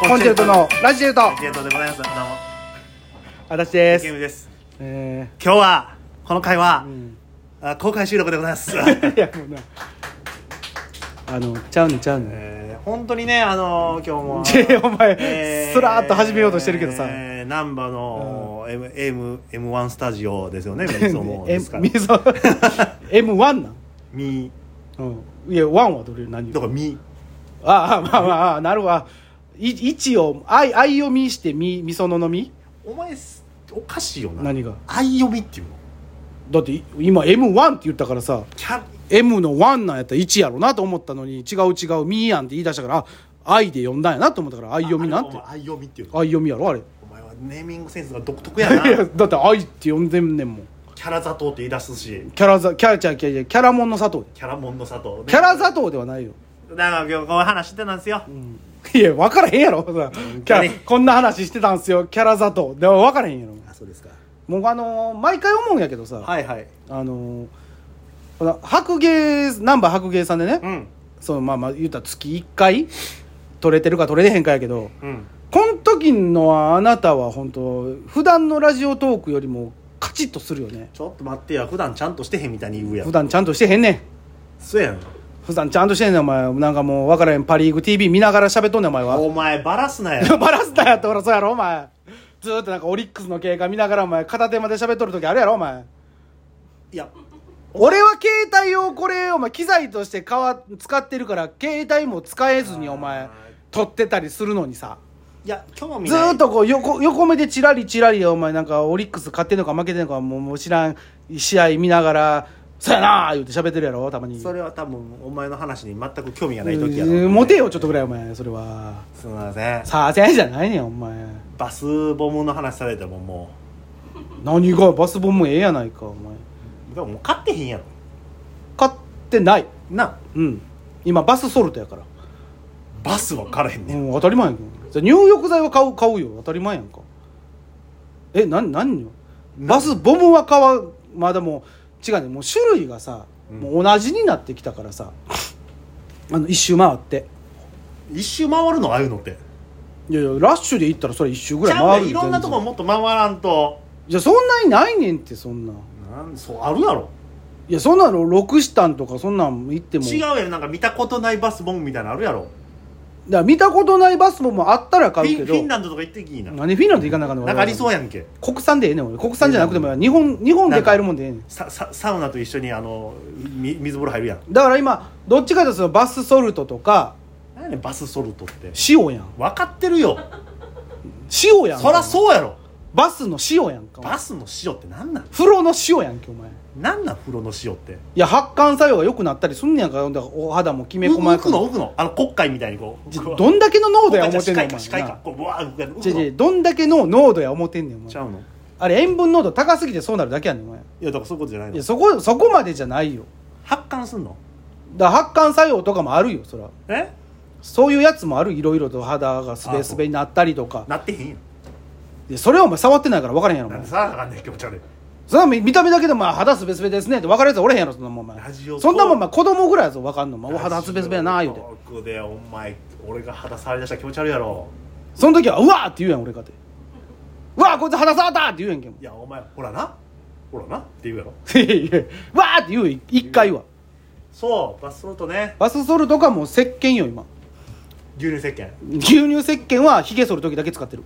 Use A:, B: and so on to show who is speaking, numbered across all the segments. A: コンチェルトのラジエルト
B: ありがとうございます。どうも。
A: あたしで
B: ゲーム
A: す
B: です。
A: え
B: 今日は、この回は
A: ーう、ん
B: あ公開収録でござい ます。
A: いやもうな あのちゃうねんちゃうねん
B: えー本当にね、あのー今日も。
A: いやお前スラーっと始めようとしてるけどさ
B: えー、ナンバの、M、M、M1 スタジオですよね、ミソモですから。
A: M
B: ミ、
A: M1 なん
B: ミ、
A: うんいや1はどれ何
B: だからミ、
A: ああまあまあああなるわい一を愛愛をみしてみみそののみ
B: お前す、おかしいよな。
A: 何が
B: 相読みっていうの。
A: だってい今 M1 って言ったからさ
B: キャ
A: M の1なんやったら1やろなと思ったのに違う違う「み」やんって言い出したからあ愛で呼んだんやなと思ったから愛読みなんて
B: あれお前相読みっていうの。
A: 愛読みやろあれい
B: お前はネーミングセンスが独特やな。
A: やだって愛って呼んでんねんもん
B: キャラ砂糖って言い出すし、
A: キャラザキャラちゃうキャラちゃうキャラモンの佐藤
B: キャラモンの砂糖。
A: キャラ砂糖ではないよ、
B: だから今日こういう話してたんですよ。
A: うんいや分からへんや ろさキャラこんな話してたんすよキャラ砂糖でも分からへんやろ
B: あ、そうですか。
A: もうあのー毎回思うんやけどさ、
B: はいはい。
A: あのーほら白芸ナンバー白芸さんでね、
B: うん。
A: そのまあまあ言ったら月1回取れてるか取れてへんかやけど
B: うん。
A: この時のはあなたは本当普段のラジオトークよりもカチッとするよね
B: ちょっと待ってや、普段ちゃんとしてへんみたいに言うやん
A: 普。段ちゃんとしてへんねん
B: そうやん。
A: 普段ちゃんとしてんねんお前なんかもう分からへんパ・リーグ TV 見ながら喋っとんねんお前は
B: お前、バラす なや。
A: バラスターやってほらそうやろお前ずーっとなんかオリックスの経過見ながらお前片手まで喋っとる時あるやろお前
B: いや、
A: 俺は携帯をこれお前機材としてかわ使ってるから携帯も使えずにお前撮ってたりするのにさ
B: いや、興味
A: ず
B: ない。
A: ーっ。とこう横横目でチラリチラリお前なんかオリックス勝ってんのか負けてんのかもうもう知らん試合見ながら「さやなー」言うて喋ってるやろたまに
B: それは多分、お前の話に全く興味がない時やろ。
A: モテよちょっとぐらいお前それは
B: すみません。
A: さあせんじゃないねんお前
B: バスボムの話されてもも
A: 何がバスボムええやないかお前
B: う、でももう勝ってへんやろ。
A: 買ってない
B: な、
A: うん今バスソルトやから
B: バスはからへんね。
A: うんん当たり前やんけじゃあ入浴剤は買う買うよ当たり前やんかえな何よバスボムは買わんまあでも違うねもう種類がさ、
B: うん
A: もう同じになってきたからさあの一周回って
B: 一周回るの、ああいうのって。
A: いやいやラッシュで行ったらそれ一周ぐ
B: ち
A: らい
B: ゃう
A: 回
B: ね
A: る
B: んいろんなとこ
A: も
B: もっと回らんと。
A: じゃあそんなにないねんってそんな
B: なんそう、あるやろ。
A: いやそんなの六シタンとかそんなん行っても
B: 違うやろ、なんか見たことないバスボムみたいなのあるやろ。
A: だから見たことないバスボムもあったら
B: フ
A: 買う
B: ィ
A: け
B: ン
A: ど
B: フィンランドとか行ってきいな。
A: 何フィンランド行かなあかんの
B: なんかありそう
A: や
B: やんけ。
A: 国産でええねん俺国産じゃなくても日本日本で買えるもんでええねん
B: ささサウナと一緒にあのみ水風呂入るやん
A: だから今どっちかというとそのバスソルトとか
B: 何やねんバスソルトって
A: 塩やん
B: 分かってるよ
A: 塩やん
B: そらそうやろ
A: バスの塩やんかお前
B: バスの塩って何なん
A: 風呂の塩やんけお前い
B: 何なん風呂の塩って
A: や発汗作用が良くなったりすんねやんからだからお肌もきめ
B: う
A: 細やか
B: 浮く
A: に
B: の浮くのあの国会みたいにこう
A: じゃ
B: こう
A: どんだけの濃度
B: 国
A: や
B: 会
A: 思っ
B: じ
A: て
B: ゃ
A: んね
B: ない
A: んお
B: か
A: 前
B: 司会かこううわー浮くの
A: じ
B: 浮
A: ゃじ
B: くの
A: どんだけの濃度や思ってんねんお
B: ちゃ
A: 前
B: うのい
A: あれ塩分濃度高すぎてそうなるだけやねんお前
B: やだからそういうことじゃない
A: い
B: の
A: やそこそこまでじゃないよ
B: 発汗すんの
A: だから発汗作用とかもあるよそら
B: え
A: そういうやつもあるいろいろと肌がすべすべになったりとか
B: なってへんやん
A: いやそれはお前触ってないから分からへんやろお
B: な
A: 前
B: んでさあかんねん気持ち悪い
A: そんなもん見た目だけでまあ肌すべすべですねって分かるやつおれへんやろそんなもんお前
B: ラジオ
A: そんなもんお前子供ぐらいやぞ分かんのお前お肌すべすべやな言うて
B: ラジオトークでお前俺が肌触り出したら気持ち悪いやろ
A: その時は「うわ!」って言うやん俺かて「うわこいつ肌触った!」って言うやんけんい
B: いやお前ほらなほらなって言うやろ
A: や いや「わ!」って言うよ一回は
B: そうバスソルトね
A: バスソルとかもう石鹸よ今
B: 牛乳石鹸
A: 牛乳石鹸はヒゲ剃る時だけ使ってる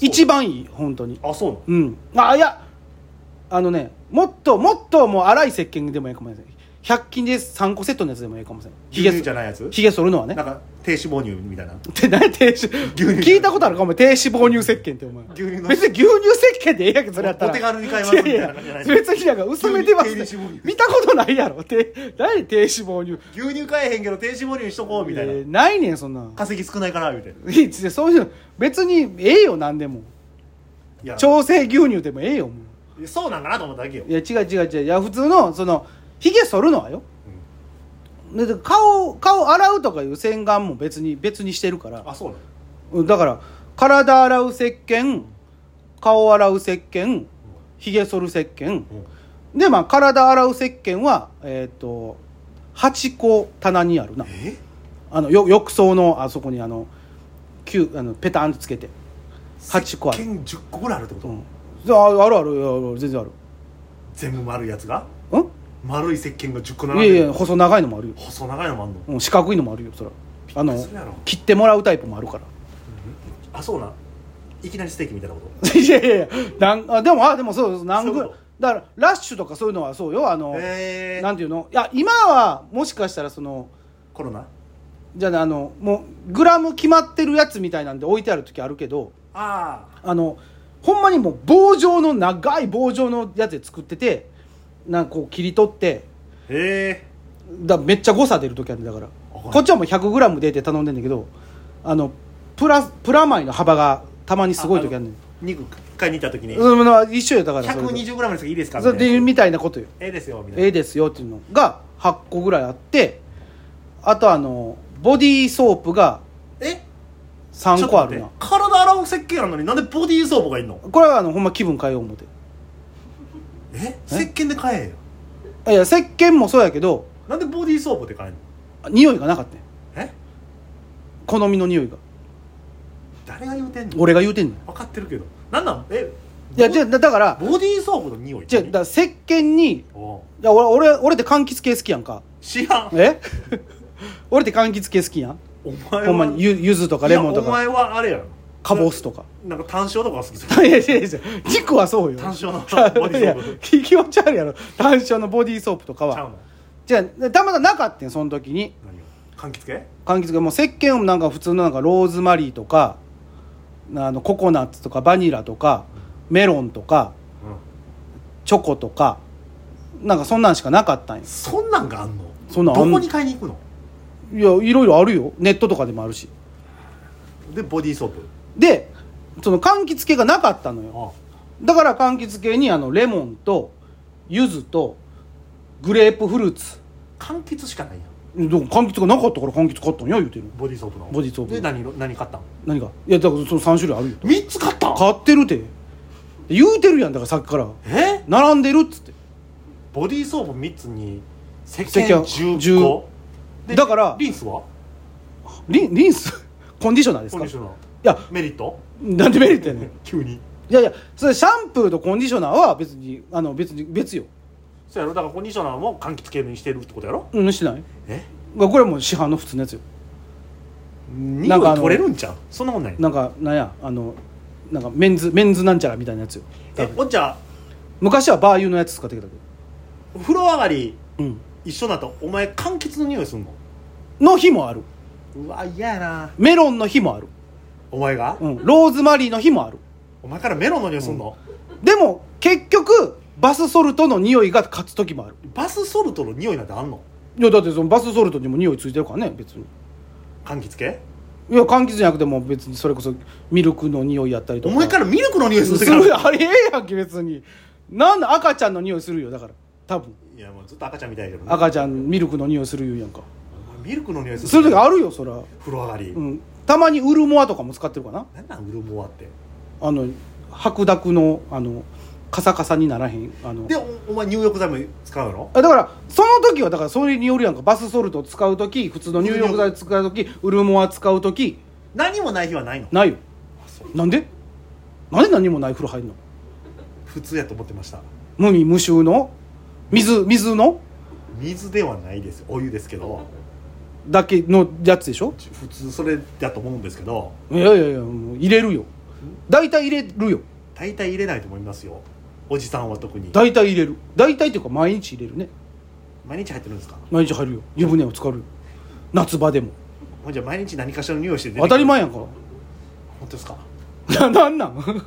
A: 一番いい本当に
B: あそうなの
A: うんあいやあのねもっともっともう粗い石鹸でもいいかもしれない100均で3個セットのやつでもいいかもしれない
B: 牛乳じゃないやつ
A: ヒゲ剃るのはね
B: なんか低脂肪乳みたいな
A: って何低脂聞いたことあるかお前低脂肪乳石鹸ってお前
B: 牛乳の
A: 別に牛乳石鹸でええやけどそれやったら
B: お手軽に買えますみたいな感じじゃない
A: やいや別になんか薄めてますね
B: 牛乳低脂肪乳
A: 見たことないやろて何低脂肪乳
B: 牛乳買えへんけど低脂肪乳にしとこうみたいな、
A: えーないねんそんなん
B: 稼ぎ少ないから言うて
A: いやそういうの別にええよ何でも
B: いや
A: 調整牛乳でもええよも
B: そうなんかなと思っただけよ
A: ういや違う違う違ういや普通のそのひげ剃るのはよでで顔顔洗うとかいう洗顔も別に別にしてるから
B: あそうなの
A: うんだから体洗う石鹸顔洗う石鹸ひげ剃る石鹸でまあ体洗う石鹸はえっ、と8個棚にあるな
B: え
A: あのよ浴槽のあそこにあの九あのペタンとつけて八個ある
B: 石鹸10個ぐらいあるってこと、
A: うんああるあるあるある全然ある
B: 全部丸いやつが
A: う
B: 丸い石鹸が10個
A: んい
B: 並ん
A: やい
B: でる
A: や細長いのもあるよ、
B: 細長いのもあんの
A: うん、四角いのもあるよそらあの
B: びっくりするやろ
A: 切ってもらうタイプもあるから
B: あそうなんいきなりステーキみたいなこと
A: いやいやいやなんあでもあでもそうそう何
B: そうい
A: ぐ
B: うこと
A: だからラッシュとかそういうのはそうよあの、
B: え
A: なんていうのいや今はもしかしたらその
B: コロナ
A: じゃあねあのもうグラム決まってるやつみたいなんで置いてある時あるけど
B: ああ
A: あのほんまにもう棒状の長い棒状のやつで作っててなんかこう切り取って
B: へえ
A: だからめっちゃ誤差出る時あるんだから
B: あ
A: こっちはもう 100g でって頼んでんだけどあのプラプラマイの幅がたまにすごい時あるねん
B: 肉買いに行った時に
A: うんまあ一緒よだからそれと
B: 120g ですかいいですかみ
A: そ
B: たい
A: れ
B: な
A: でみたいなことよ
B: ええですよみたいな
A: ええですよっていうのが8個ぐらいあってあとあのボディーソープが
B: えちょ
A: 3
B: っと
A: 個あ
B: 待っ
A: る
B: て
A: な
B: 体洗う石鹸なのになんでボディーソープがいんの
A: これはあのほんま気分変えよう思って
B: え石鹸で買えよ
A: いや石鹸もそうやけど
B: なんでボディーソープって買えんの
A: 匂いがなかったね
B: え
A: 好みの匂いが
B: 誰が言うてんの
A: 俺が言うてんの
B: 分かってるけどなんなんえ
A: いやじゃあだだから
B: ボディーソープの匂い
A: じゃあだから石鹸にい
B: おう
A: や俺俺俺って柑橘系好きやんか
B: 知らん
A: え 俺って柑橘系好きやん
B: お前は
A: ほんまにゆゆずとかレモンと
B: いやお
A: か
B: 前はあれやろ
A: かぼすとか
B: なんか単勝とかが好き
A: いやいやいやいや軸はそうよ
B: 単勝 のボディ
A: い
B: ー
A: や
B: ソープ
A: 気 持ち悪いやろ単勝のボディーソープとか
B: ちゃう
A: は
B: の
A: じゃあたまたまなかったんその時に
B: 何を柑橘系
A: 柑橘がもう石鹸もなんか普通のなんかローズマリーとかあのココナッツとかバニラとかメロンとか
B: うん
A: チョコとかなんかそんなんしかなかったんや
B: そんなんがあんの
A: そんなんあんの
B: どこに買いに行くの
A: いやいろいろあるよネットとかでもあるし
B: でボディーソープ
A: でその柑橘系がなかったのよ
B: あ
A: だから柑橘系にあのレモンと柚子とグレープフルーツ
B: 柑橘しかないやん
A: でも柑橘がなかったから柑橘買ったんや言うてる
B: ボディーソープの
A: ボディーソープ
B: で何色何買ったん
A: 何がいやだからその3種類あるよ
B: 3つ買ったん
A: 買ってるて言うてるやんだからさっきから
B: え
A: 並んでるっつって
B: ボディーソープ3つに石
A: 石
B: 鹸
A: 鹸
B: 10個で
A: だから
B: リンスは
A: リンリンス コンディショナーです
B: コン
A: か
B: ディ
A: い
B: ショナー
A: や
B: メリット
A: なんでメリットやねん
B: 急に
A: いやいやそれシャンプーとコンディショナーは別にあの別に別よ
B: そうやろだからコンディショナーも柑橘系にしてるってことやろ
A: うんしてない
B: え
A: これはもう市販の普通のやつよ
B: 匂
A: なんかあ
B: い
A: の
B: 取れるんちゃうそんなもんない
A: なんかなんやあのなんかメンズメンズなんちゃらみたいなやつよ多
B: え
A: 分
B: おんちゃ
A: 昔はバー油のやつ使ってきたけ
B: ん風呂上がり
A: どうん
B: 一緒だとお前柑橘の匂いすんの
A: の日もある
B: うわ嫌やな
A: メロンの日もある、
B: お前が、
A: うん、ローズマリーの日もある
B: お前からメロンの匂いすんの、
A: でも結局バスソルトの匂いが勝つ時もある
B: バスソルトの匂いなんてあんの
A: いやだってそのバスソルトにも匂いついてるからね別に
B: 柑橘系
A: いや柑橘じゃなくても別にそれこそミルクの匂いやったりと
B: お
A: か
B: 前からミルクの匂いする
A: す
B: ん
A: るあれええやんけ別になんだ赤ちゃんの匂いするよだから多分
B: いやもうずっと赤ちゃんみたいやけどね
A: 赤ちゃんミルクの匂いする言うやんか
B: お前ミルクの匂いする
A: する時あるよそら、
B: 風呂上がり、
A: うん、たまにウルモアとかも使ってるかな
B: なんなんウルモアって
A: あの白濁のあのカサカサにならへんあの
B: でおお前入浴剤も使うの
A: あだからその時はだからそれによるやんかバスソルト使う時普通の入浴剤使う時ウルモア使う時
B: 何もない日はないの
A: ないよ
B: そ
A: なんでなんで何もない風呂入るの
B: 普通やと思ってました
A: 無味無臭の水水の
B: 水ではないですお湯ですけど
A: だけのやつでしょ
B: 普通それだと思うんですけど
A: いやいやいやもう入れるよ大体入れるよ
B: 大体入れないと思いますよおじさんは特に
A: 大体入れる大体っていうか毎日入れるね
B: 毎日入ってるんですか
A: 毎日入るよ湯船を浸かるよ夏場でも
B: ほんじゃ毎日何かしらの匂いして出てく
A: 当
B: る
A: たり前やんか
B: 本当ですから
A: ななんなん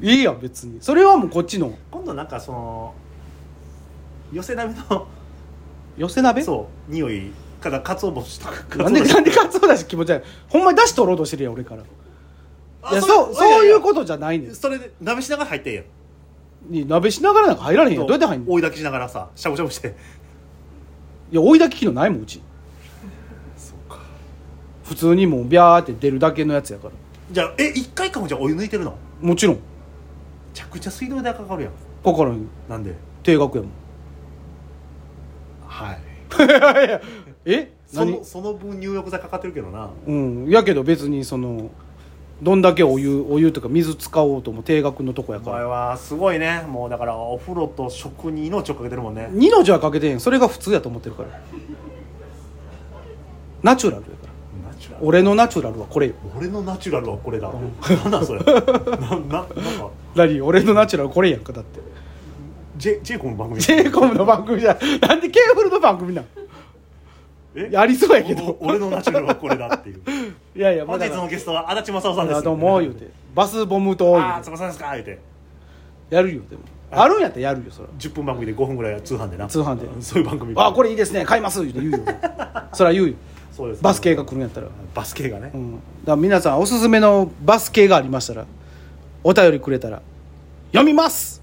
A: いいやん別にそれはもうこっちの
B: 今度なんかその寄せ鍋の
A: 寄せ鍋
B: そう匂いからかつお節とかか
A: なんでなんでカツオだし気持ち悪いほんまに出し取ろうとしてるやん俺からいやそうそういうことじゃないねん
B: それで鍋しながら入ってんやん
A: に鍋しながらなんか入られへんやんどうやって入んの
B: 追いだきしながらさしゃぶしゃぶして
A: いや追いだき機能ないもんうち
B: そうか
A: 普通にもうビャーって出るだけのやつやから
B: じゃあえ一回かもじゃあお湯抜いてるのめ
A: もちろんか
B: ちゃくちゃ水道代かかるやん
A: からへん
B: なんで
A: 定額やもん
B: はい
A: え
B: そ
A: 何
B: のその分入浴剤かかってるけどな
A: うん、やけど別にそのどんだけお湯お湯とか水使おうとも定額のとこや
B: こ
A: か
B: れ
A: ら
B: はすごいねもうだからお風呂と食に命をかけてるもんね
A: 二の字はかけてへんそれが普通やと思ってるからナチュラルやから
B: ナチュラル
A: 俺のナチュラルはこれよ
B: 俺のナチュラルはこれだなんだそれなななんか
A: 何俺のナチュラルはこれやんかだって
B: ジェジェイコの番組
A: j イコムの番組じゃなんでケーブルの番組なん
B: え
A: やりそうやけ
B: お
A: ど
B: お俺のナチュラルはこれだっていう
A: いやいやま
B: 本
A: だ
B: 日のゲストは足立正夫さんです
A: あどうも言うてバスボムと言うて
B: ああつまさんですか言うて
A: やるよでもあるんやったらやるよそれ
B: 10分番組で5分ぐらいは通販でな
A: 通販で
B: そういう番組
A: あこれいいですね買います言うて言うよそれは言うよ
B: そうです
A: バス系が来るんやったら
B: バス系がね、
A: うん、だから皆さんおすすめのバス系がありましたらお便りくれたら読みます